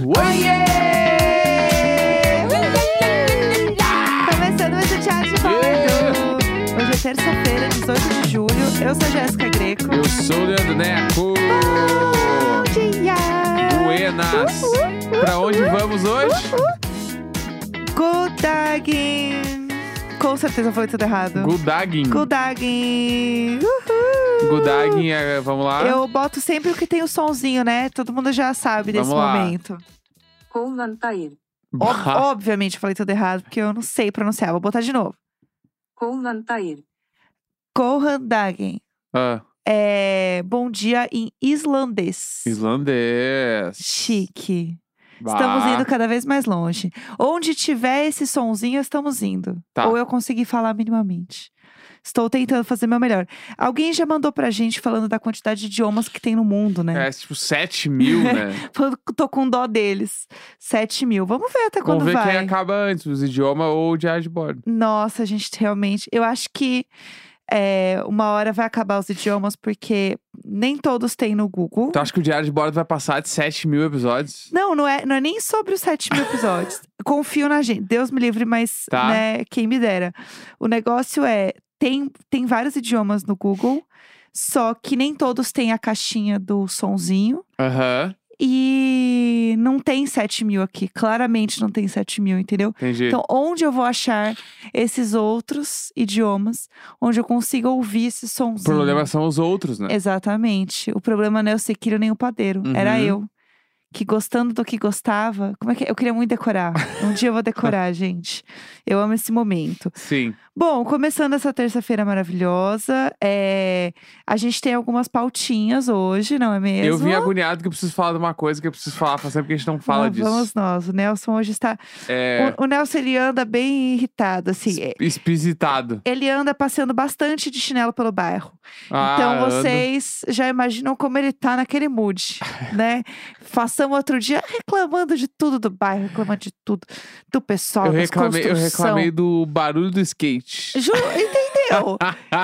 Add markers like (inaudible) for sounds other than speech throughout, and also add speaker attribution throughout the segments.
Speaker 1: um é terça-feira, 18 de julho. Eu sou a Jéssica Greco.
Speaker 2: Eu sou o Leandro Neco.
Speaker 1: Bom dia!
Speaker 2: Buenas! Pra onde vamos hoje?
Speaker 1: Good dag! Com certeza eu falei tudo errado.
Speaker 2: Gudagin.
Speaker 1: Good dag! Uhul!
Speaker 2: Gudagin, é, vamos lá.
Speaker 1: Eu boto sempre o que tem o sonzinho, né? Todo mundo já sabe desse
Speaker 2: Vamos lá.
Speaker 1: momento.
Speaker 3: Convantair.
Speaker 1: Ob-
Speaker 2: (laughs) Bah.
Speaker 1: Obviamente eu falei tudo errado, porque eu não sei pronunciar. Vou botar de novo.
Speaker 3: Convantair.
Speaker 1: Gohan Dagen.
Speaker 2: Ah,
Speaker 1: É, bom dia em islandês.
Speaker 2: islandês.
Speaker 1: Chique.
Speaker 2: Bah.
Speaker 1: Estamos indo cada vez mais longe. Onde tiver esse sonzinho, estamos indo.
Speaker 2: Tá.
Speaker 1: Ou eu consegui falar minimamente. Estou tentando fazer meu melhor. Alguém já mandou pra gente falando da quantidade de idiomas que tem no mundo, né?
Speaker 2: É tipo 7 mil, né?
Speaker 1: Falando que tô com dó deles. 7 mil. Vamos ver até (laughs) quando
Speaker 2: Vamos ver
Speaker 1: vai.
Speaker 2: quem é acaba antes, os idiomas ou o diário de bordo.
Speaker 1: Nossa, gente, realmente. Eu acho que é, uma hora vai acabar os idiomas, porque nem todos têm no Google.
Speaker 2: Tu acha que o diário de bordo vai passar de 7 mil episódios?
Speaker 1: Não, não é, não é nem sobre os 7 mil episódios. Confio na gente. Deus me livre, mas
Speaker 2: Tá.
Speaker 1: né, quem me dera. O negócio é: tem, tem vários idiomas no Google, só que nem todos têm a caixinha do sonzinho.
Speaker 2: Aham,
Speaker 1: E não tem 7 mil aqui. Claramente não tem 7 mil, entendeu?
Speaker 2: entendi.
Speaker 1: Então, onde eu vou achar esses outros idiomas onde eu consigo ouvir esse
Speaker 2: o
Speaker 1: sonzinho?
Speaker 2: problema são os outros, né?
Speaker 1: Exatamente. O problema não é o Sequiro nem o padeiro. Era
Speaker 2: Uhum.
Speaker 1: eu. Que gostando do que gostava. Como é que é? Eu queria muito decorar. Um dia eu vou
Speaker 2: (laughs)
Speaker 1: decorar, gente. Eu amo esse momento.
Speaker 2: Sim.
Speaker 1: Bom, começando essa terça-feira maravilhosa, é, a gente tem algumas pautinhas hoje, não é mesmo?
Speaker 2: Eu vim agoniado que eu preciso falar de uma coisa que eu preciso falar, faz tempo que a gente não fala
Speaker 1: Lá
Speaker 2: disso.
Speaker 1: Vamos nós. O Nelson hoje está.
Speaker 2: É,
Speaker 1: O, o Nelson ele anda bem irritado, assim. É,
Speaker 2: esp- Espisitado.
Speaker 1: Ele anda passeando bastante de chinelo pelo bairro.
Speaker 2: Ah,
Speaker 1: Então
Speaker 2: ando.
Speaker 1: vocês já imaginam como ele tá naquele
Speaker 2: (laughs)
Speaker 1: mood, né? Façamos outro dia reclamando de tudo do bairro, reclamando de tudo, do pessoal,
Speaker 2: Eu
Speaker 1: das
Speaker 2: reclamei, eu
Speaker 1: construção.
Speaker 2: reclamei do barulho do skate.
Speaker 1: Ju,
Speaker 2: (laughs)
Speaker 1: entendeu?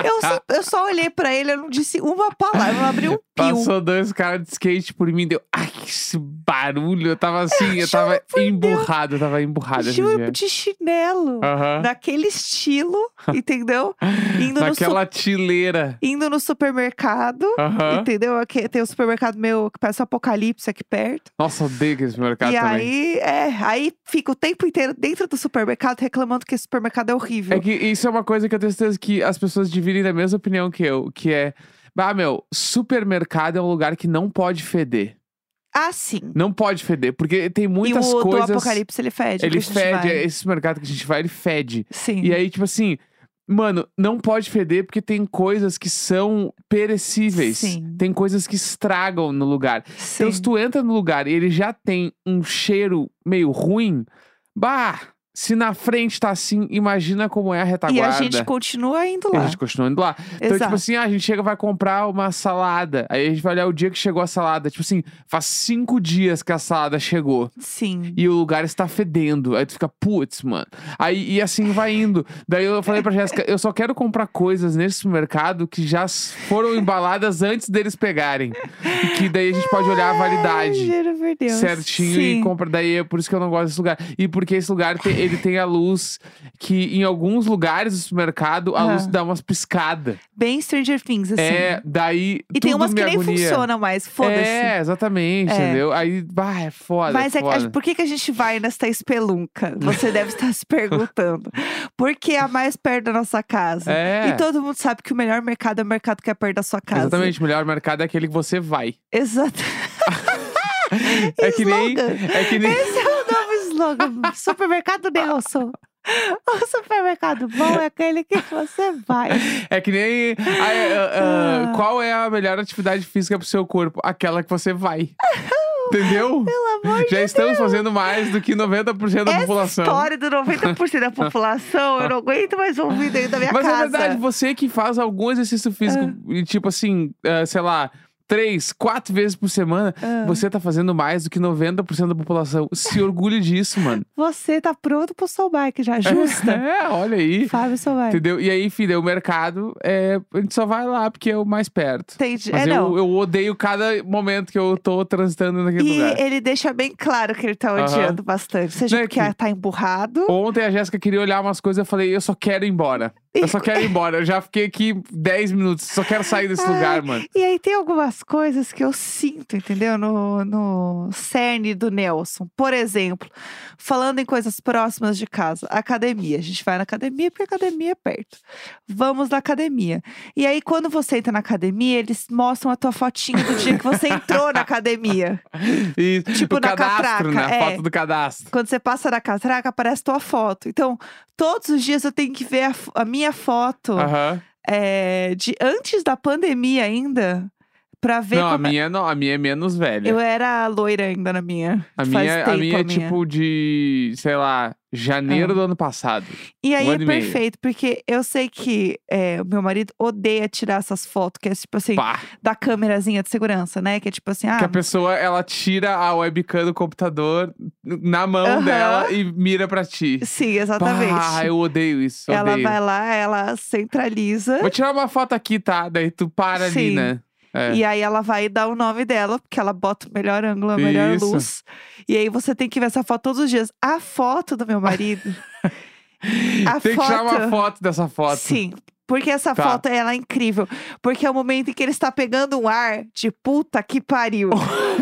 Speaker 1: eu, só, eu só olhei pra ele, eu não disse uma palavra, eu não abri um pio.
Speaker 2: (laughs) Passou dois caras de skate por mim, deu. Ai, que esse barulho. Eu tava assim, eu tava emburrado, eu tava emburrado esse
Speaker 1: Ju,
Speaker 2: dia.
Speaker 1: de chinelo,
Speaker 2: Aham.
Speaker 1: daquele estilo,
Speaker 2: (laughs)
Speaker 1: entendeu? Indo no, su-
Speaker 2: Naquela tileira.
Speaker 1: indo no supermercado,
Speaker 2: Aham.
Speaker 1: entendeu? Aqui tem um supermercado meu que parece um apocalipse aqui perto.
Speaker 2: Nossa, odeio aquele mercado
Speaker 1: E
Speaker 2: também.
Speaker 1: aí, é, aí fica o tempo inteiro dentro do supermercado reclamando que esse supermercado é horrível.
Speaker 2: É que isso é uma coisa que eu tenho certeza que as pessoas dividem da mesma opinião que eu, que é. Ah, meu, supermercado é um lugar que não pode feder.
Speaker 1: Ah, sim.
Speaker 2: Não pode feder, porque tem muitas
Speaker 1: e o
Speaker 2: coisas.
Speaker 1: do apocalipse, ele fede.
Speaker 2: ele
Speaker 1: que a gente
Speaker 2: fede,
Speaker 1: vai.
Speaker 2: esse supermercado que a gente vai, ele fede.
Speaker 1: Sim.
Speaker 2: E aí, tipo assim, mano, não pode feder porque tem coisas que são perecíveis.
Speaker 1: Sim.
Speaker 2: Tem coisas que estragam no lugar.
Speaker 1: sim.
Speaker 2: Então, se tu entra no lugar e ele já tem um cheiro meio ruim, bah, se na frente tá assim, imagina como é a
Speaker 1: E
Speaker 2: retaguarda.
Speaker 1: a gente continua indo
Speaker 2: E a
Speaker 1: lá.
Speaker 2: gente continua indo lá. Então,
Speaker 1: Exato.
Speaker 2: tipo assim, ah, a gente chega vai comprar uma salada. Aí a gente vai olhar o dia que chegou a salada. Tipo assim, faz cinco dias que a salada chegou
Speaker 1: Sim.
Speaker 2: e o lugar está fedendo. Aí tu fica, putz, mano. Aí e assim vai indo. Daí eu falei pra Jéssica, eu só quero comprar coisas nesse supermercado que já s- foram embaladas antes deles pegarem. E que daí a gente pode olhar a
Speaker 1: Ai,
Speaker 2: validade.
Speaker 1: juro por Deus.
Speaker 2: Certinho
Speaker 1: Sim.
Speaker 2: e compra. Daí é por isso que eu não gosto desse lugar. E porque esse lugar tem- ele tem a luz que, em alguns lugares do supermercado, a
Speaker 1: Ah.
Speaker 2: luz dá umas piscadas.
Speaker 1: Bem Stranger Things, assim.
Speaker 2: É, daí.
Speaker 1: e tem
Speaker 2: tudo
Speaker 1: umas
Speaker 2: me
Speaker 1: que nem
Speaker 2: agonia.
Speaker 1: funcionam mais, foda-se.
Speaker 2: É, exatamente,
Speaker 1: É.
Speaker 2: entendeu? Aí, bah, é foda.
Speaker 1: Mas
Speaker 2: é
Speaker 1: é que a-
Speaker 2: foda.
Speaker 1: por que, que a gente vai nesta espelunca? Você deve estar
Speaker 2: (laughs)
Speaker 1: se perguntando. Porque é a mais perto da nossa casa.
Speaker 2: É.
Speaker 1: E todo mundo sabe que o melhor mercado é o mercado que é perto da sua casa.
Speaker 2: Exatamente, o melhor mercado é aquele que você vai.
Speaker 1: Exato.
Speaker 2: É que nem.
Speaker 1: Slogan.
Speaker 2: É que
Speaker 1: (laughs)
Speaker 2: nem.
Speaker 1: Esse é o novo slogan. Supermercado (laughs) Nelson. O supermercado bom é aquele que você vai.
Speaker 2: É que nem. ah, é, ah, ah,
Speaker 1: Ah.
Speaker 2: qual é a melhor atividade física pro seu corpo? Aquela que você vai. Entendeu?
Speaker 1: Pelo amor de
Speaker 2: Já estamos fazendo mais do que 90% da
Speaker 1: Essa
Speaker 2: população.
Speaker 1: História do 90% da população, eu não aguento mais ouvir dentro da minha
Speaker 2: Mas
Speaker 1: casa.
Speaker 2: é verdade, você que faz algum exercício físico, e tipo assim, ah, sei lá, três, quatro vezes por semana,
Speaker 1: Ah.
Speaker 2: você tá fazendo mais do que 90% da população. Se orgulhe disso, mano.
Speaker 1: Você tá pronto pro seu bike já, justa?
Speaker 2: (laughs) É, olha aí.
Speaker 1: Fábio Sobai.
Speaker 2: Entendeu? E aí, enfim, daí o mercado, é, a gente só vai lá porque é o mais perto.
Speaker 1: Entendi.
Speaker 2: Mas
Speaker 1: é, não.
Speaker 2: eu, eu odeio cada momento que eu tô transitando naquele
Speaker 1: E
Speaker 2: lugar.
Speaker 1: ele deixa bem claro que ele tá
Speaker 2: Aham.
Speaker 1: odiando bastante. Seja
Speaker 2: Não é
Speaker 1: porque
Speaker 2: que-
Speaker 1: tá emburrado.
Speaker 2: Ontem a Jéssica queria olhar umas coisas eu falei, eu só quero ir embora. Eu só quero ir embora. Eu já fiquei aqui 10 minutos. Só quero
Speaker 1: (laughs)
Speaker 2: sair
Speaker 1: Ah,
Speaker 2: desse lugar, mano.
Speaker 1: E aí tem algumas coisas que eu sinto, entendeu? No, no cerne do Nelson. Por exemplo, falando em coisas próximas de casa, academia. A gente vai na academia porque a academia é perto. Vamos na academia. E aí, quando você entra na academia, eles mostram a tua fotinha do dia que você entrou na academia.
Speaker 2: E
Speaker 1: Tipo
Speaker 2: do
Speaker 1: na catraca,
Speaker 2: cadastro, né? A
Speaker 1: é.
Speaker 2: foto do cadastro.
Speaker 1: Quando você passa na catraca, aparece tua foto. Então, todos os dias eu tenho que ver a, fo- a minha foto
Speaker 2: Aham.
Speaker 1: é, de antes da pandemia ainda, pra ver
Speaker 2: Não, a
Speaker 1: como é-
Speaker 2: minha não, a minha é menos velha.
Speaker 1: Eu era loira ainda na minha.
Speaker 2: A
Speaker 1: Faz
Speaker 2: minha, a
Speaker 1: tempo
Speaker 2: minha é tipo de, sei lá, janeiro
Speaker 1: Ah.
Speaker 2: do ano passado.
Speaker 1: E aí
Speaker 2: um
Speaker 1: é
Speaker 2: ano e meio.
Speaker 1: perfeito, porque eu sei que é, o meu marido odeia tirar essas fotos, que é tipo assim,
Speaker 2: Pá.
Speaker 1: da câmerazinha de segurança, né? Que é tipo assim,
Speaker 2: Que
Speaker 1: ah,
Speaker 2: a pessoa, ela tira a webcam do computador na mão
Speaker 1: Aham.
Speaker 2: dela e mira pra ti.
Speaker 1: sim, exatamente.
Speaker 2: Ah, eu odeio isso.
Speaker 1: ela
Speaker 2: odeio.
Speaker 1: vai lá, ela centraliza.
Speaker 2: Vou tirar uma foto aqui, tá? Daí tu para ali,
Speaker 1: Sim.
Speaker 2: né? É.
Speaker 1: E aí ela vai dar o nome dela, porque ela bota o melhor ângulo, a melhor
Speaker 2: Isso.
Speaker 1: luz. E aí você tem que ver essa foto todos os dias. A foto do meu marido.
Speaker 2: (laughs)
Speaker 1: a
Speaker 2: Tem que tirar uma
Speaker 1: foto-
Speaker 2: foto dessa foto.
Speaker 1: Sim. Porque essa
Speaker 2: Tá.
Speaker 1: foto, ela é incrível. Porque é o momento em que ele está pegando um ar de puta que
Speaker 2: (laughs)
Speaker 1: pariu.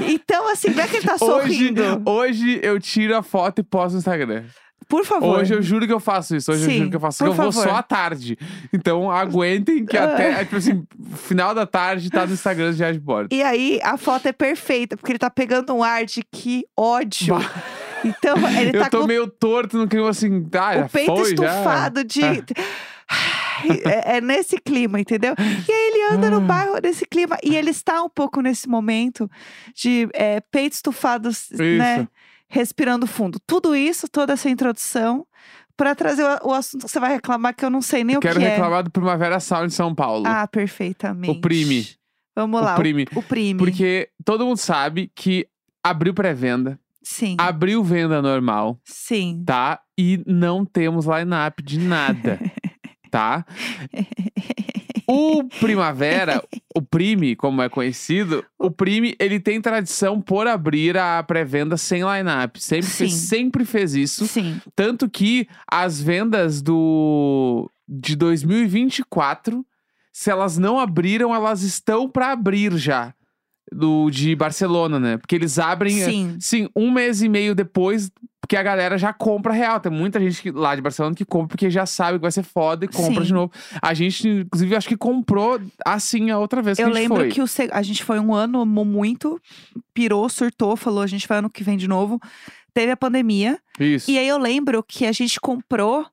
Speaker 1: então, assim, não é que ele tá
Speaker 2: Hoje,
Speaker 1: sorrindo.
Speaker 2: hoje eu tiro a foto e posto no Instagram.
Speaker 1: Por favor.
Speaker 2: Hoje eu juro que eu faço isso. Hoje eu
Speaker 1: Sim,
Speaker 2: juro que eu faço
Speaker 1: por
Speaker 2: isso. que Eu vou só
Speaker 1: favor.
Speaker 2: à tarde. Então aguentem que até,
Speaker 1: (laughs)
Speaker 2: é, tipo assim, final da tarde tá no Instagram do Diário de Bordo.
Speaker 1: E aí, a foto é perfeita, porque ele tá pegando um ar de que ódio. Então, ele
Speaker 2: (laughs) Eu
Speaker 1: tá
Speaker 2: tô
Speaker 1: com
Speaker 2: meio torto no clima assim, tá, já
Speaker 1: o peito
Speaker 2: foi, já.
Speaker 1: estufado
Speaker 2: (laughs)
Speaker 1: de. É, é nesse clima, entendeu? E aí ele anda no
Speaker 2: Hum.
Speaker 1: bairro nesse clima. E ele está um pouco nesse momento de é, peito estufado, s- né?
Speaker 2: Isso.
Speaker 1: Respirando fundo. Tudo isso, toda essa introdução, para trazer o, o assunto que você vai reclamar, que eu não sei nem
Speaker 2: Quero
Speaker 1: o que
Speaker 2: reclamar do Primavera Sound de São Paulo.
Speaker 1: é. Ah, perfeitamente.
Speaker 2: Oprime.
Speaker 1: Vamos lá,
Speaker 2: Oprime.
Speaker 1: o prime.
Speaker 2: Porque todo mundo sabe que abriu pré-venda,
Speaker 1: Sim,
Speaker 2: abriu venda normal,
Speaker 1: sim.
Speaker 2: tá? E não temos line-up de
Speaker 1: (laughs)
Speaker 2: nada, tá? O Primavera, o Prime, como é conhecido, o Prime, ele tem tradição por abrir a pré-venda sem line-up. Sempre,
Speaker 1: Sim.
Speaker 2: fez- sempre fez isso.
Speaker 1: Sim,
Speaker 2: Tanto que as vendas do de 2024, se elas não abriram, elas estão para abrir já. Do de Barcelona, né? Porque eles abrem.
Speaker 1: sim.
Speaker 2: Sim, um mês e meio depois, porque a galera já compra real. Tem muita gente que- lá de Barcelona que compra porque já sabe que vai ser foda e compra
Speaker 1: Sim.
Speaker 2: de novo. A gente, inclusive, acho que comprou assim a outra vez que
Speaker 1: Eu
Speaker 2: a gente
Speaker 1: lembro
Speaker 2: foi.
Speaker 1: que o se- a gente foi um ano, amou muito, pirou, surtou, falou: a gente vai ano que vem de novo. Teve a pandemia.
Speaker 2: Isso.
Speaker 1: E aí eu lembro que a gente comprou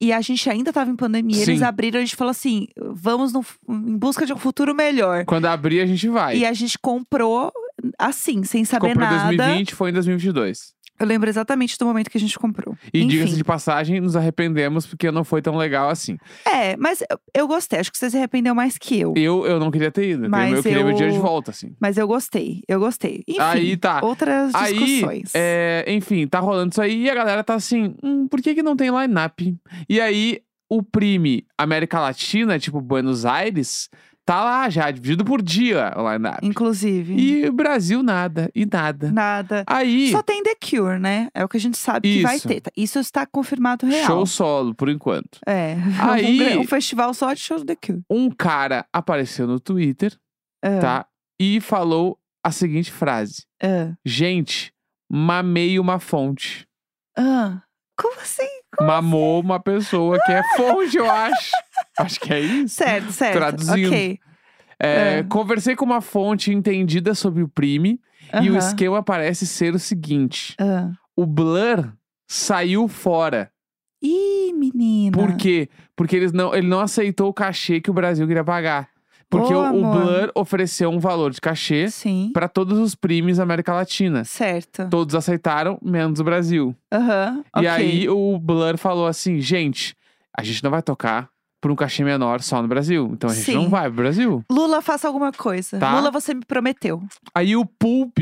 Speaker 1: e a gente ainda tava em pandemia. Eles
Speaker 2: Sim.
Speaker 1: abriram, a gente falou assim: vamos no fu- em busca de um futuro melhor.
Speaker 2: Quando abrir, a gente vai.
Speaker 1: E a gente comprou assim, sem saber
Speaker 2: comprou em
Speaker 1: nada.
Speaker 2: 2020, foi em 2022.
Speaker 1: Eu lembro exatamente do momento que a gente comprou.
Speaker 2: E
Speaker 1: Enfim.
Speaker 2: diga-se de passagem, nos arrependemos porque não foi tão legal assim.
Speaker 1: É, mas eu- eu gostei. Acho que você se arrependeu mais que eu.
Speaker 2: Eu, eu não queria ter ido. entendeu?
Speaker 1: Mas
Speaker 2: eu queria meu
Speaker 1: eu-
Speaker 2: dinheiro de volta, assim.
Speaker 1: Mas eu gostei, eu gostei. Enfim,
Speaker 2: Aí tá.
Speaker 1: outras
Speaker 2: Aí,
Speaker 1: discussões.
Speaker 2: é, enfim, tá rolando isso aí e a galera tá assim, hum, por que que não tem line-up? E aí, o Prime América Latina, tipo Buenos Aires, tá lá já, dividido por dia o line-up.
Speaker 1: Inclusive.
Speaker 2: E o Brasil nada, e nada.
Speaker 1: Nada.
Speaker 2: Aí,
Speaker 1: Só tem The Cure, né? É o que a gente sabe que vai
Speaker 2: Isso.
Speaker 1: ter. tá? Isso está confirmado real.
Speaker 2: show solo, por enquanto.
Speaker 1: É. (laughs)
Speaker 2: Aí-
Speaker 1: Um, gran- um festival só de shows do The Cure.
Speaker 2: Um cara apareceu no Twitter,
Speaker 1: Ah,
Speaker 2: tá? E falou a seguinte frase.
Speaker 1: ah,
Speaker 2: Gente, mamei uma fonte.
Speaker 1: ah. Como assim?
Speaker 2: Mamou uma pessoa que é fonte, eu acho. Acho que é isso.
Speaker 1: Certo, certo.
Speaker 2: Traduzindo.
Speaker 1: Ok.
Speaker 2: É,
Speaker 1: É.
Speaker 2: Conversei com uma fonte entendida sobre o Prime e o
Speaker 1: Aham.
Speaker 2: esquema parece ser o seguinte:
Speaker 1: Ah.
Speaker 2: o Blur saiu fora.
Speaker 1: Ih, menina.
Speaker 2: Por quê? Porque eles não, ele não aceitou o cachê que o Brasil queria pagar. Porque
Speaker 1: Ô,
Speaker 2: o- o,
Speaker 1: amor.
Speaker 2: Blur ofereceu um valor de cachê
Speaker 1: Sim.
Speaker 2: para todos os primes da América Latina.
Speaker 1: Certo.
Speaker 2: Todos aceitaram, menos o Brasil.
Speaker 1: Aham.
Speaker 2: E
Speaker 1: ok.
Speaker 2: aí o Blur falou assim: gente, a gente não vai tocar por um cachê menor só no Brasil. Então a gente não
Speaker 1: Sim.
Speaker 2: vai pro Brasil.
Speaker 1: Lula, faça alguma coisa.
Speaker 2: Tá.
Speaker 1: Lula, você me prometeu.
Speaker 2: Aí o Pulp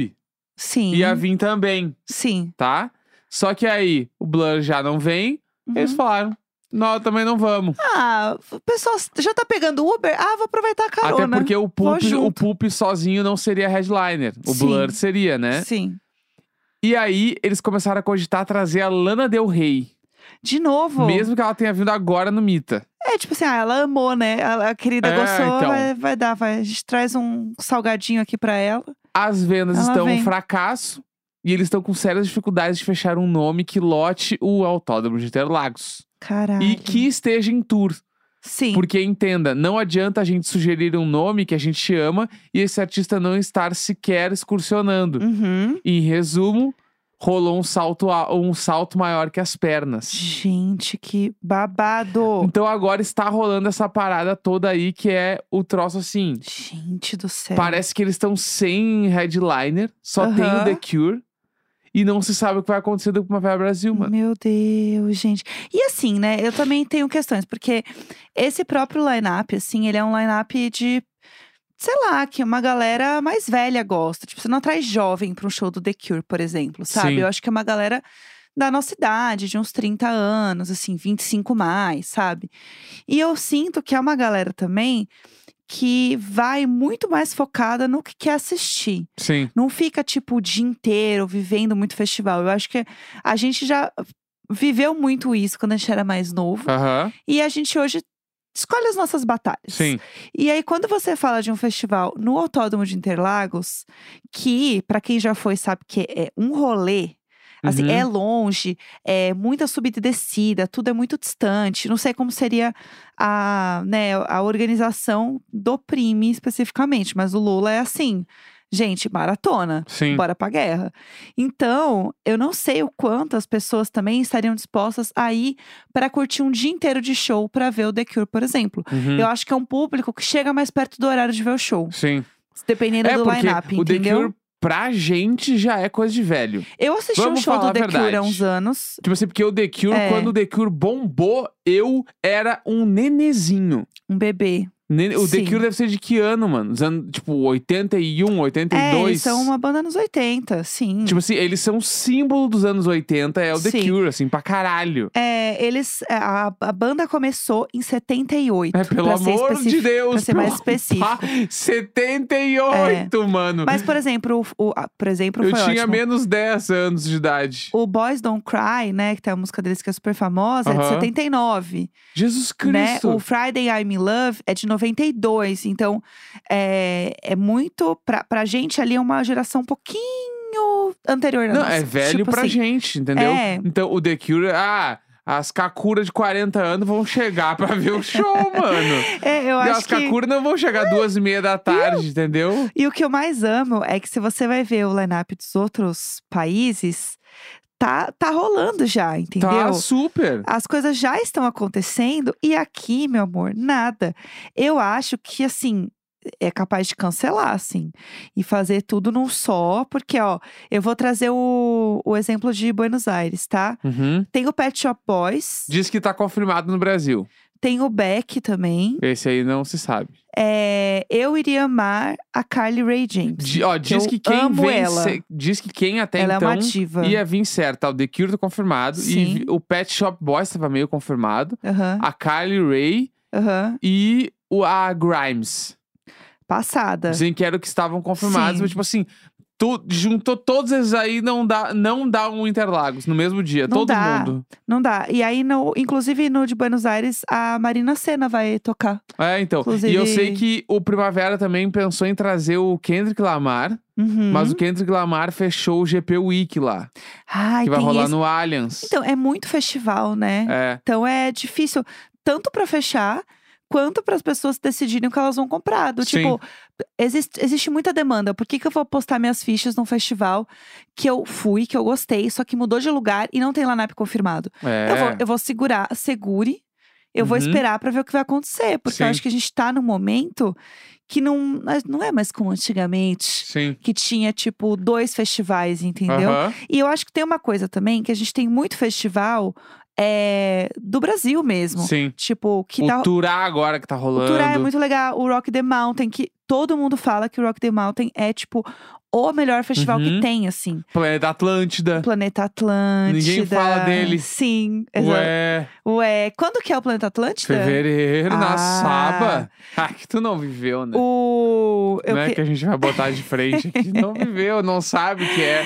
Speaker 1: Sim.
Speaker 2: ia vir também.
Speaker 1: Sim.
Speaker 2: tá? Só que aí o Blur já não vem,
Speaker 1: Uhum.
Speaker 2: eles falaram. Nós também não vamos.
Speaker 1: Ah, o pessoal já tá pegando Uber? Ah, vou aproveitar a carona.
Speaker 2: Até porque o Pulp, o
Speaker 1: junto.
Speaker 2: Pulp sozinho não seria headliner. O
Speaker 1: Sim.
Speaker 2: Blur seria, né?
Speaker 1: Sim.
Speaker 2: E aí eles começaram a cogitar trazer a Lana Del Rey
Speaker 1: De novo.
Speaker 2: Mesmo que ela tenha vindo agora no Mita.
Speaker 1: É tipo assim, ah, ela amou, né? A, a querida
Speaker 2: É,
Speaker 1: gostou,
Speaker 2: então.
Speaker 1: vai, vai dar, vai. A gente traz um salgadinho aqui pra ela.
Speaker 2: As vendas
Speaker 1: Ela
Speaker 2: estão
Speaker 1: vem.
Speaker 2: um fracasso. E eles estão com sérias dificuldades de fechar um nome que lote o Autódromo de Interlagos.
Speaker 1: Caralho.
Speaker 2: E que esteja em tour.
Speaker 1: Sim.
Speaker 2: Porque entenda, não adianta a gente sugerir um nome que a gente ama e esse artista não estar sequer excursionando.
Speaker 1: Uhum.
Speaker 2: Em resumo, rolou um salto, a- um salto maior que as pernas.
Speaker 1: Gente, que babado.
Speaker 2: Então agora está rolando essa parada toda aí que é o troço assim.
Speaker 1: Gente do céu.
Speaker 2: Parece que eles estão sem headliner, só tem o
Speaker 1: Aham.
Speaker 2: The Cure e não se sabe o que vai acontecer do Primavera Brasil, mano.
Speaker 1: Meu Deus, gente. E assim, né? Eu também tenho questões, porque esse próprio line-up, assim, ele é um line-up de. Sei lá, que uma galera mais velha gosta. Tipo, você não traz jovem pra um show do The Cure, por exemplo, sabe?
Speaker 2: Sim.
Speaker 1: Eu acho que é uma galera da nossa idade, de uns 30 anos, assim, 25 mais, sabe? E eu sinto que é uma galera também que vai muito mais focada no que quer assistir
Speaker 2: Sim.
Speaker 1: não fica tipo o dia inteiro vivendo muito festival. Eu acho que a gente já viveu muito isso quando a gente era mais novo
Speaker 2: Aham.
Speaker 1: e a gente hoje escolhe as nossas batalhas.
Speaker 2: Sim.
Speaker 1: E aí quando você fala de um festival no Autódromo de Interlagos, que pra quem já foi sabe que é um rolê, Assim,
Speaker 2: Uhum.
Speaker 1: é longe, é muita subida e descida, tudo é muito distante. Não sei como seria a, né, a organização do Prime especificamente, mas o Lula é assim. Gente, maratona.
Speaker 2: Sim.
Speaker 1: Bora pra guerra. Então, eu não sei o quanto as pessoas também estariam dispostas a ir pra curtir um dia inteiro de show pra ver o The Cure, por exemplo.
Speaker 2: Uhum.
Speaker 1: Eu acho que é um público que chega mais perto do horário de ver o show,
Speaker 2: Sim.
Speaker 1: dependendo
Speaker 2: é
Speaker 1: do
Speaker 2: porque
Speaker 1: line-up,
Speaker 2: o The
Speaker 1: entendeu?
Speaker 2: Cure pra gente já é coisa de velho.
Speaker 1: Eu assisti um
Speaker 2: Vamos
Speaker 1: show
Speaker 2: falar
Speaker 1: do The
Speaker 2: a
Speaker 1: Cure há
Speaker 2: verdade.
Speaker 1: uns anos.
Speaker 2: Tipo assim, porque o The Cure,
Speaker 1: É.
Speaker 2: quando o The Cure bombou, eu era um nenezinho.
Speaker 1: Um bebê.
Speaker 2: Nene- O The
Speaker 1: Sim.
Speaker 2: Cure deve ser de que ano, mano? Dos anos, tipo, 81, 82?
Speaker 1: É, eles são uma banda nos 80, sim.
Speaker 2: Tipo assim, eles são o símbolo dos anos 80, é o The
Speaker 1: Sim.
Speaker 2: Cure, assim, pra caralho.
Speaker 1: É, eles. A, a banda começou em 78.
Speaker 2: É, pelo
Speaker 1: pra ser
Speaker 2: amor de
Speaker 1: específico-
Speaker 2: Deus,
Speaker 1: Pra ser mais
Speaker 2: pelo- Pá,
Speaker 1: específico. É.
Speaker 2: 78, mano.
Speaker 1: Mas, por exemplo, o, o- ah, por exemplo,
Speaker 2: eu
Speaker 1: foi
Speaker 2: tinha
Speaker 1: ótimo.
Speaker 2: menos 10 anos de idade.
Speaker 1: O Boys Don't Cry, né? Que tem a música deles que é super famosa, é de
Speaker 2: Aham.
Speaker 1: 79.
Speaker 2: Jesus
Speaker 1: Né?
Speaker 2: Cristo.
Speaker 1: O Friday I'm in Love é de 92. Então, é, é muito. Pra, pra gente ali é uma geração um pouquinho anterior. à
Speaker 2: Não,
Speaker 1: nossa.
Speaker 2: é velho
Speaker 1: tipo
Speaker 2: pra
Speaker 1: assim,
Speaker 2: gente, entendeu?
Speaker 1: É.
Speaker 2: Então, o The Cure, ah, as Kakuras de 40 anos vão chegar
Speaker 1: (laughs)
Speaker 2: pra ver o show, mano.
Speaker 1: É, eu
Speaker 2: E
Speaker 1: acho
Speaker 2: as
Speaker 1: que. Ah,
Speaker 2: Kakuras não vão chegar duas e meia da tarde, entendeu?
Speaker 1: E o que eu mais amo é que se você vai ver o line-up dos outros países, tá, tá rolando já, entendeu?
Speaker 2: Tá super.
Speaker 1: As coisas já estão acontecendo e aqui, meu amor, nada. Eu acho que, assim, é capaz de cancelar, assim, e fazer tudo num só, porque, ó, eu vou trazer o, o exemplo de Buenos Aires, tá?
Speaker 2: Uhum.
Speaker 1: Tem o Pet Shop Boys,
Speaker 2: Diz que tá confirmado no Brasil.
Speaker 1: tem o Beck também.
Speaker 2: Esse aí não se sabe.
Speaker 1: É, eu iria amar a Carly Rae James.
Speaker 2: Di- ó, diz
Speaker 1: eu
Speaker 2: que quem
Speaker 1: amo
Speaker 2: vem
Speaker 1: ela.
Speaker 2: se- diz que quem até
Speaker 1: Ela é
Speaker 2: então
Speaker 1: uma diva.
Speaker 2: ia vir certo. Tá, o The Cure tá confirmado.
Speaker 1: Sim.
Speaker 2: E vi- o Pet Shop Boys tava meio confirmado.
Speaker 1: Aham,
Speaker 2: A Kylie Ray
Speaker 1: aham.
Speaker 2: e o, a Grimes.
Speaker 1: Passada.
Speaker 2: Dizem que eram que estavam confirmados.
Speaker 1: É. Sim.
Speaker 2: Mas, tipo assim, tu- juntou todos esses aí, não dá, não dá um Interlagos no mesmo dia.
Speaker 1: Não
Speaker 2: todo
Speaker 1: dá.
Speaker 2: mundo.
Speaker 1: Não dá. E aí, no, inclusive no de Buenos Aires, a Marina Senna vai tocar.
Speaker 2: É, então.
Speaker 1: Inclusive-
Speaker 2: E eu sei que o Primavera também pensou em trazer o Kendrick Lamar.
Speaker 1: Uhum.
Speaker 2: Mas o Kendrick Lamar fechou o GP Week lá.
Speaker 1: Ai,
Speaker 2: que vai
Speaker 1: tem
Speaker 2: rolar
Speaker 1: isso.
Speaker 2: no Allianz.
Speaker 1: Então, é muito festival, né?
Speaker 2: É.
Speaker 1: Então é difícil, tanto pra fechar, quanto para as pessoas decidirem o que elas vão comprar. Do
Speaker 2: Sim.
Speaker 1: tipo, existe, existe muita demanda. Por que, que eu vou postar minhas fichas num festival que eu fui, que eu gostei, só que mudou de lugar e não tem lineup confirmado?
Speaker 2: é.
Speaker 1: Eu, vou, eu vou segurar, segure. Eu vou
Speaker 2: Uhum.
Speaker 1: esperar pra ver o que vai acontecer. Porque eu
Speaker 2: Sim.
Speaker 1: acho que a gente tá num momento que não, mas não é mais como antigamente.
Speaker 2: Sim.
Speaker 1: Que tinha, tipo, dois festivais, entendeu?
Speaker 2: Aham.
Speaker 1: E eu acho que tem uma coisa também, que a gente tem muito festival é, do Brasil mesmo.
Speaker 2: Sim.
Speaker 1: Tipo, que
Speaker 2: o
Speaker 1: tá.
Speaker 2: Turá agora que tá
Speaker 1: O
Speaker 2: rolando.
Speaker 1: Turá é muito legal, o Rock the Mountain, que todo mundo fala que o Rock the Mountain é, tipo, o melhor festival que
Speaker 2: Uhum.
Speaker 1: tem, assim.
Speaker 2: Planeta Atlântida.
Speaker 1: Planeta Atlântida.
Speaker 2: Ninguém fala dele.
Speaker 1: Sim, exato.
Speaker 2: Ué,
Speaker 1: Ué, quando que é o Planeta Atlântida?
Speaker 2: fevereiro, na
Speaker 1: Ah.
Speaker 2: Saba. Ah, que tu não viveu, né?
Speaker 1: O. eu
Speaker 2: não é
Speaker 1: que- (laughs)
Speaker 2: que a gente vai botar de frente aqui. Não viveu, não sabe o que é.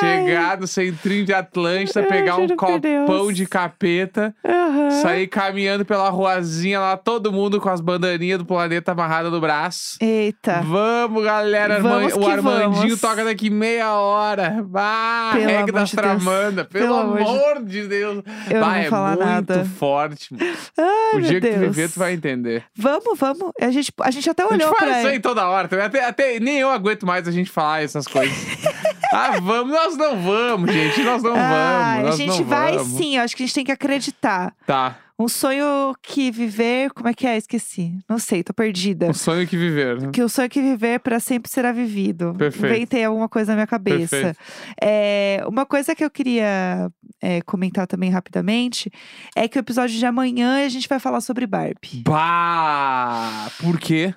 Speaker 2: Chegar no centrinho de Atlântida,
Speaker 1: Ai,
Speaker 2: pegar um
Speaker 1: juro por
Speaker 2: copão
Speaker 1: Deus.
Speaker 2: de capeta,
Speaker 1: Aham.
Speaker 2: sair caminhando pela ruazinha lá, todo mundo com as bandaninhas do planeta amarrada no braço.
Speaker 1: Eita.
Speaker 2: Vamos, galera. Arman-
Speaker 1: Vamos
Speaker 2: o
Speaker 1: que
Speaker 2: Armandinho
Speaker 1: vamos.
Speaker 2: toca daqui meia hora. Bah,
Speaker 1: Pelo
Speaker 2: reggae
Speaker 1: amor
Speaker 2: das
Speaker 1: de Deus.
Speaker 2: Tramandas. Pelo,
Speaker 1: Pelo amor de-
Speaker 2: amor de Deus.
Speaker 1: Eu
Speaker 2: bah,
Speaker 1: não vou
Speaker 2: é
Speaker 1: falar
Speaker 2: muito
Speaker 1: nada.
Speaker 2: forte. mano.
Speaker 1: Ai,
Speaker 2: o
Speaker 1: meu
Speaker 2: dia que tu
Speaker 1: Deus.
Speaker 2: viver, tu vai entender.
Speaker 1: Vamos, vamos. A gente, a gente até
Speaker 2: a gente
Speaker 1: olhou
Speaker 2: fala isso
Speaker 1: pra
Speaker 2: aí toda hora. também. Até, até nem eu aguento mais a gente falar essas
Speaker 1: (laughs)
Speaker 2: coisas. ah, vamos. Nós não vamos, gente. Nós não
Speaker 1: Ah,
Speaker 2: vamos. Nós
Speaker 1: a gente
Speaker 2: não
Speaker 1: vai
Speaker 2: vamos.
Speaker 1: sim, eu acho que a gente tem que acreditar.
Speaker 2: Tá.
Speaker 1: Um sonho que viver. Como é que é? Esqueci. Não sei, tô perdida.
Speaker 2: Um sonho que viver. né?
Speaker 1: Que o sonho que viver para sempre será vivido.
Speaker 2: Perfeito.
Speaker 1: Inventei alguma coisa na minha cabeça.
Speaker 2: Perfeito.
Speaker 1: É, uma coisa que eu queria é, comentar também rapidamente é que o episódio de amanhã a gente vai falar sobre Barbie.
Speaker 2: Bah! Por quê?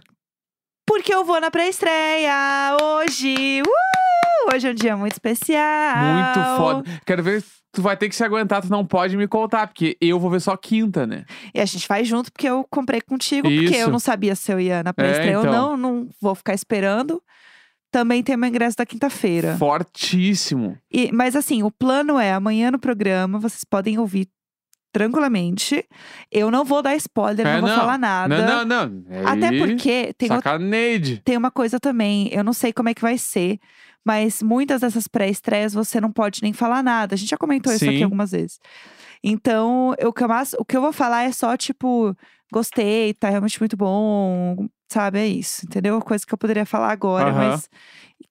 Speaker 1: Porque eu vou na pré-estreia hoje! Uh! Hoje é um dia muito especial.
Speaker 2: Muito foda. Quero ver. se Tu vai ter que se aguentar, tu não pode me contar, porque eu vou ver só quinta, né?
Speaker 1: E a gente vai junto, porque eu comprei contigo, porque
Speaker 2: Isso.
Speaker 1: eu não sabia se eu ia na pré-estreia
Speaker 2: então.
Speaker 1: ou não, não vou ficar esperando. Também tem meu ingresso da quinta-feira.
Speaker 2: Fortíssimo.
Speaker 1: E- mas assim, o plano é amanhã no programa, vocês podem ouvir tranquilamente. Eu não vou dar spoiler,
Speaker 2: É,
Speaker 1: não vou
Speaker 2: não.
Speaker 1: falar nada.
Speaker 2: Não, não, não.
Speaker 1: Até
Speaker 2: Aí,
Speaker 1: porque tem, outra-
Speaker 2: Sacaneide.
Speaker 1: tem uma coisa também, eu não sei como é que vai ser, mas muitas dessas pré-estreias você não pode nem falar nada. A gente já comentou isso
Speaker 2: Sim.
Speaker 1: aqui algumas vezes. Então, eu, que eu mas- o que eu vou falar é só tipo, gostei, tá realmente muito bom, sabe? É isso, entendeu? Coisa que eu poderia falar agora,
Speaker 2: Aham.
Speaker 1: mas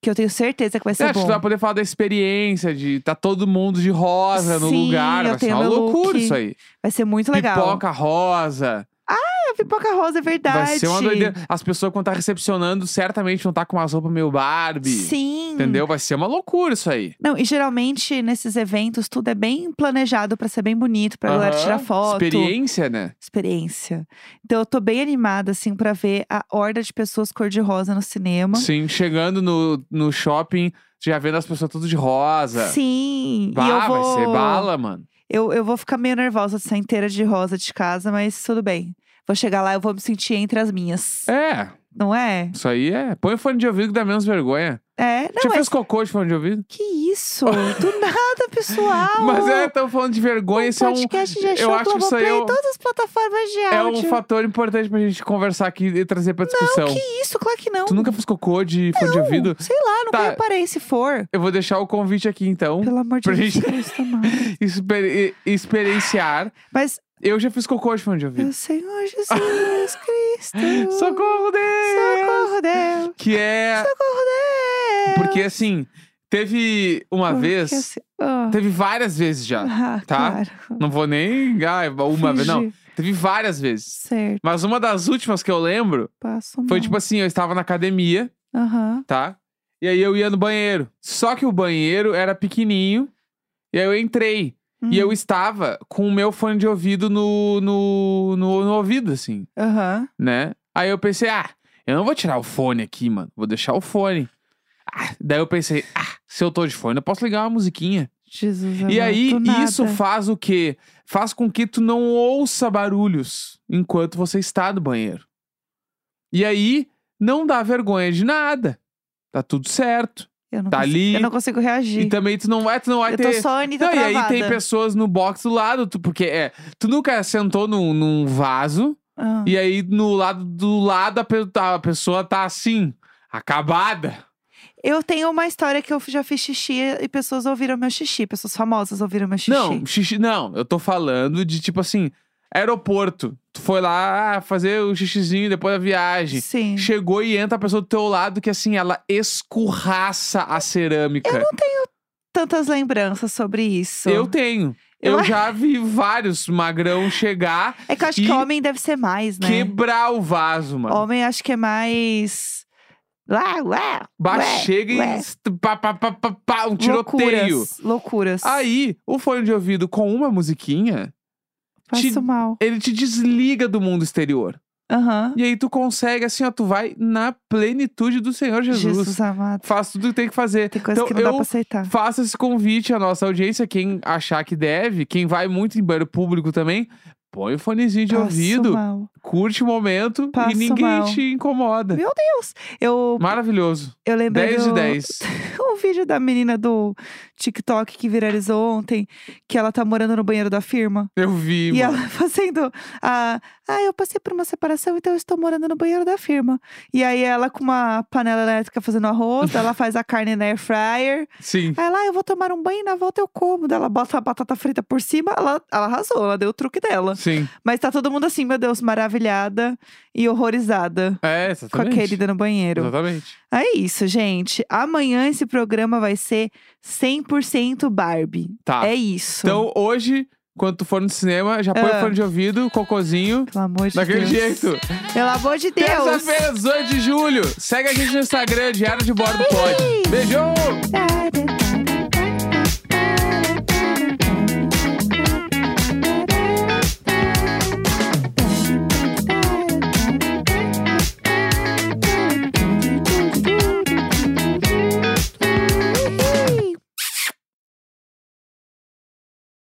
Speaker 1: que eu tenho certeza que vai
Speaker 2: É,
Speaker 1: ser
Speaker 2: acho que
Speaker 1: bom.
Speaker 2: tu vai poder falar da experiência, de tá todo mundo de rosa no
Speaker 1: Sim,
Speaker 2: lugar.
Speaker 1: eu
Speaker 2: Vai ser
Speaker 1: tenho
Speaker 2: uma
Speaker 1: meu
Speaker 2: loucura
Speaker 1: look.
Speaker 2: isso aí.
Speaker 1: Vai ser muito legal.
Speaker 2: Pipoca rosa.
Speaker 1: A pipoca rosa é verdade.
Speaker 2: Vai ser uma doideira. As pessoas, quando tá recepcionando, certamente vão tá com umas roupas meio Barbie.
Speaker 1: Sim.
Speaker 2: Entendeu? Vai ser uma loucura isso aí.
Speaker 1: Não, e geralmente nesses eventos tudo é bem planejado pra ser bem bonito, pra galera
Speaker 2: Aham.
Speaker 1: tirar foto.
Speaker 2: Experiência, né?
Speaker 1: Experiência. Então eu tô bem animada, assim, pra ver a horda de pessoas cor-de-rosa no cinema.
Speaker 2: Sim, chegando no, no shopping, já vendo as pessoas tudo de rosa.
Speaker 1: Sim.
Speaker 2: Bah,
Speaker 1: e eu vou...
Speaker 2: vai ser bala, mano.
Speaker 1: Eu, eu vou ficar meio nervosa de sair inteira de rosa de casa, mas tudo bem. Vou chegar lá, eu vou me sentir entre as minhas.
Speaker 2: É,
Speaker 1: Não é?
Speaker 2: isso aí é. Põe o fone de ouvido que dá menos vergonha.
Speaker 1: É. Não,
Speaker 2: Já
Speaker 1: mas
Speaker 2: fez cocô de fone de ouvido?
Speaker 1: (laughs) que isso? Do nada, pessoal.
Speaker 2: Mas é, tão falando de vergonha, isso é um.
Speaker 1: podcast já
Speaker 2: eu
Speaker 1: achou
Speaker 2: acho que isso aí
Speaker 1: Globoplay,
Speaker 2: é um-
Speaker 1: todas as plataformas de
Speaker 2: É um
Speaker 1: áudio.
Speaker 2: fator importante pra gente conversar aqui e trazer pra discussão.
Speaker 1: Que isso, claro que não.
Speaker 2: Tu nunca fez cocô de fone de ouvido?
Speaker 1: Sei lá, nunca
Speaker 2: Tá.
Speaker 1: reparei se for.
Speaker 2: Eu vou deixar o convite
Speaker 1: (laughs)
Speaker 2: aqui então.
Speaker 1: Pelo amor de
Speaker 2: pra
Speaker 1: Deus,
Speaker 2: gente-
Speaker 1: Cristo amado.
Speaker 2: (laughs) Exper- e- experienciar.
Speaker 1: Mas,
Speaker 2: Eu já fiz cocô de fone de ouvido.
Speaker 1: meu Senhor Jesus Cristo.
Speaker 2: Socorro, Deus!
Speaker 1: Socorro, Deus.
Speaker 2: Que é.
Speaker 1: Socorro, Deus.
Speaker 2: Porque assim, teve uma
Speaker 1: Porque
Speaker 2: vez.
Speaker 1: assim- Ah,
Speaker 2: Teve várias vezes já.
Speaker 1: ah,
Speaker 2: tá?
Speaker 1: Claro.
Speaker 2: Não vou nem. Ah, uma vez, não.
Speaker 1: Fingi.
Speaker 2: Teve várias vezes.
Speaker 1: Certo,
Speaker 2: Mas uma das últimas que eu lembro
Speaker 1: passo mal.
Speaker 2: foi tipo assim: eu estava na academia,
Speaker 1: Aham.
Speaker 2: tá? E aí eu ia no banheiro. Só que o banheiro era pequenininho. E aí eu entrei. E eu
Speaker 1: Hum,
Speaker 2: estava com o meu fone de ouvido no, no, no, no ouvido, assim,
Speaker 1: Aham.
Speaker 2: né? Aí eu pensei: ah, eu não vou tirar o fone aqui, mano. Vou deixar o fone. Ah, daí eu pensei: ah, se eu tô de fone, eu posso ligar uma musiquinha.
Speaker 1: Jesus
Speaker 2: E aí,
Speaker 1: amado, do
Speaker 2: isso
Speaker 1: nada.
Speaker 2: faz o quê? Faz com que tu não ouça barulhos enquanto você está no banheiro. E aí, não dá vergonha de nada. Tá tudo certo.
Speaker 1: Eu não
Speaker 2: tá
Speaker 1: consigo-
Speaker 2: ali.
Speaker 1: Eu não consigo
Speaker 2: E
Speaker 1: reagir.
Speaker 2: também tu não vai, tu não vai
Speaker 1: eu
Speaker 2: ter.
Speaker 1: tô só a Anitta
Speaker 2: não, e aí
Speaker 1: travada.
Speaker 2: tem pessoas no box do lado, tu- porque é, tu nunca sentou num, num vaso,
Speaker 1: Ah,
Speaker 2: e aí no lado do lado a, pe- a pessoa tá assim, acabada.
Speaker 1: Eu tenho uma história que eu já fiz xixi e pessoas ouviram meu xixi. Pessoas famosas ouviram meu xixi.
Speaker 2: Não, xixi, não, eu tô falando de tipo assim, aeroporto. Tu foi lá ah, fazer o xixizinho depois da viagem.
Speaker 1: Sim.
Speaker 2: Chegou e entra a pessoa do teu lado que assim, ela escorraça a cerâmica. Eu,
Speaker 1: Tantas lembranças sobre isso.
Speaker 2: tenho.
Speaker 1: Eu-
Speaker 2: Eu
Speaker 1: (laughs)
Speaker 2: já vi vários magrão chegar,
Speaker 1: É que eu acho
Speaker 2: E-
Speaker 1: que homem deve ser mais, né?
Speaker 2: quebrar o vaso, mano.
Speaker 1: Homem acho que é mais. Lá, lá.
Speaker 2: Bah,
Speaker 1: ué,
Speaker 2: chega e
Speaker 1: ué.
Speaker 2: est- pá, pá, pá, pá, pá, um tiroteio.
Speaker 1: Loucuras. loucuras.
Speaker 2: Aí, o fone de ouvido com uma musiquinha,
Speaker 1: Passo
Speaker 2: te-
Speaker 1: mal.
Speaker 2: ele te desliga do mundo exterior.
Speaker 1: Aham.
Speaker 2: E aí tu consegue, assim, ó, tu vai na plenitude do Senhor Jesus.
Speaker 1: amado.
Speaker 2: Faz tudo o que tem que fazer.
Speaker 1: Tem coisa
Speaker 2: então,
Speaker 1: que não
Speaker 2: eu
Speaker 1: dá pra aceitar.
Speaker 2: Faça esse convite à nossa audiência, quem achar que deve, quem vai muito em banheiro público também, põe o fonezinho de
Speaker 1: Passo
Speaker 2: ouvido,
Speaker 1: mal.
Speaker 2: curte o momento e
Speaker 1: Passo
Speaker 2: ninguém
Speaker 1: mal.
Speaker 2: te incomoda.
Speaker 1: Meu- Eu,
Speaker 2: Maravilhoso.
Speaker 1: eu lembrei. (laughs)
Speaker 2: 10 de
Speaker 1: do-
Speaker 2: 10.
Speaker 1: o vídeo da menina do TikTok que viralizou ontem, que ela tá morando no banheiro da firma.
Speaker 2: Eu vi,
Speaker 1: E
Speaker 2: mano.
Speaker 1: ela (laughs) fazendo a. Ah, eu passei por uma separação, então eu estou morando no banheiro da firma. E aí ela com uma panela elétrica fazendo arroz, daí ela faz a carne na air fryer.
Speaker 2: Sim.
Speaker 1: Aí lá, eu vou tomar um banho e na volta eu como. Daí ela bota a batata frita por cima, ela, ela arrasou, ela deu o truque dela.
Speaker 2: Sim.
Speaker 1: Mas tá todo mundo assim, meu Deus, maravilhada e horrorizada
Speaker 2: É,
Speaker 1: com a
Speaker 2: exatamente.
Speaker 1: querida no banheiro.
Speaker 2: Exatamente.
Speaker 1: É isso, gente. Amanhã esse programa vai ser 100% Barbie.
Speaker 2: Tá.
Speaker 1: É isso.
Speaker 2: Então, hoje, quando tu for no cinema, já põe
Speaker 1: Ah.
Speaker 2: o fone de ouvido, cocôzinho,
Speaker 1: Pelo amor de
Speaker 2: daquele
Speaker 1: Deus.
Speaker 2: jeito.
Speaker 1: Pelo amor de Deus.
Speaker 2: Terça-feira, 18 de julho. Segue a gente no Instagram, Diário de Bordo Pode. Beijão!
Speaker 1: Da, da, da.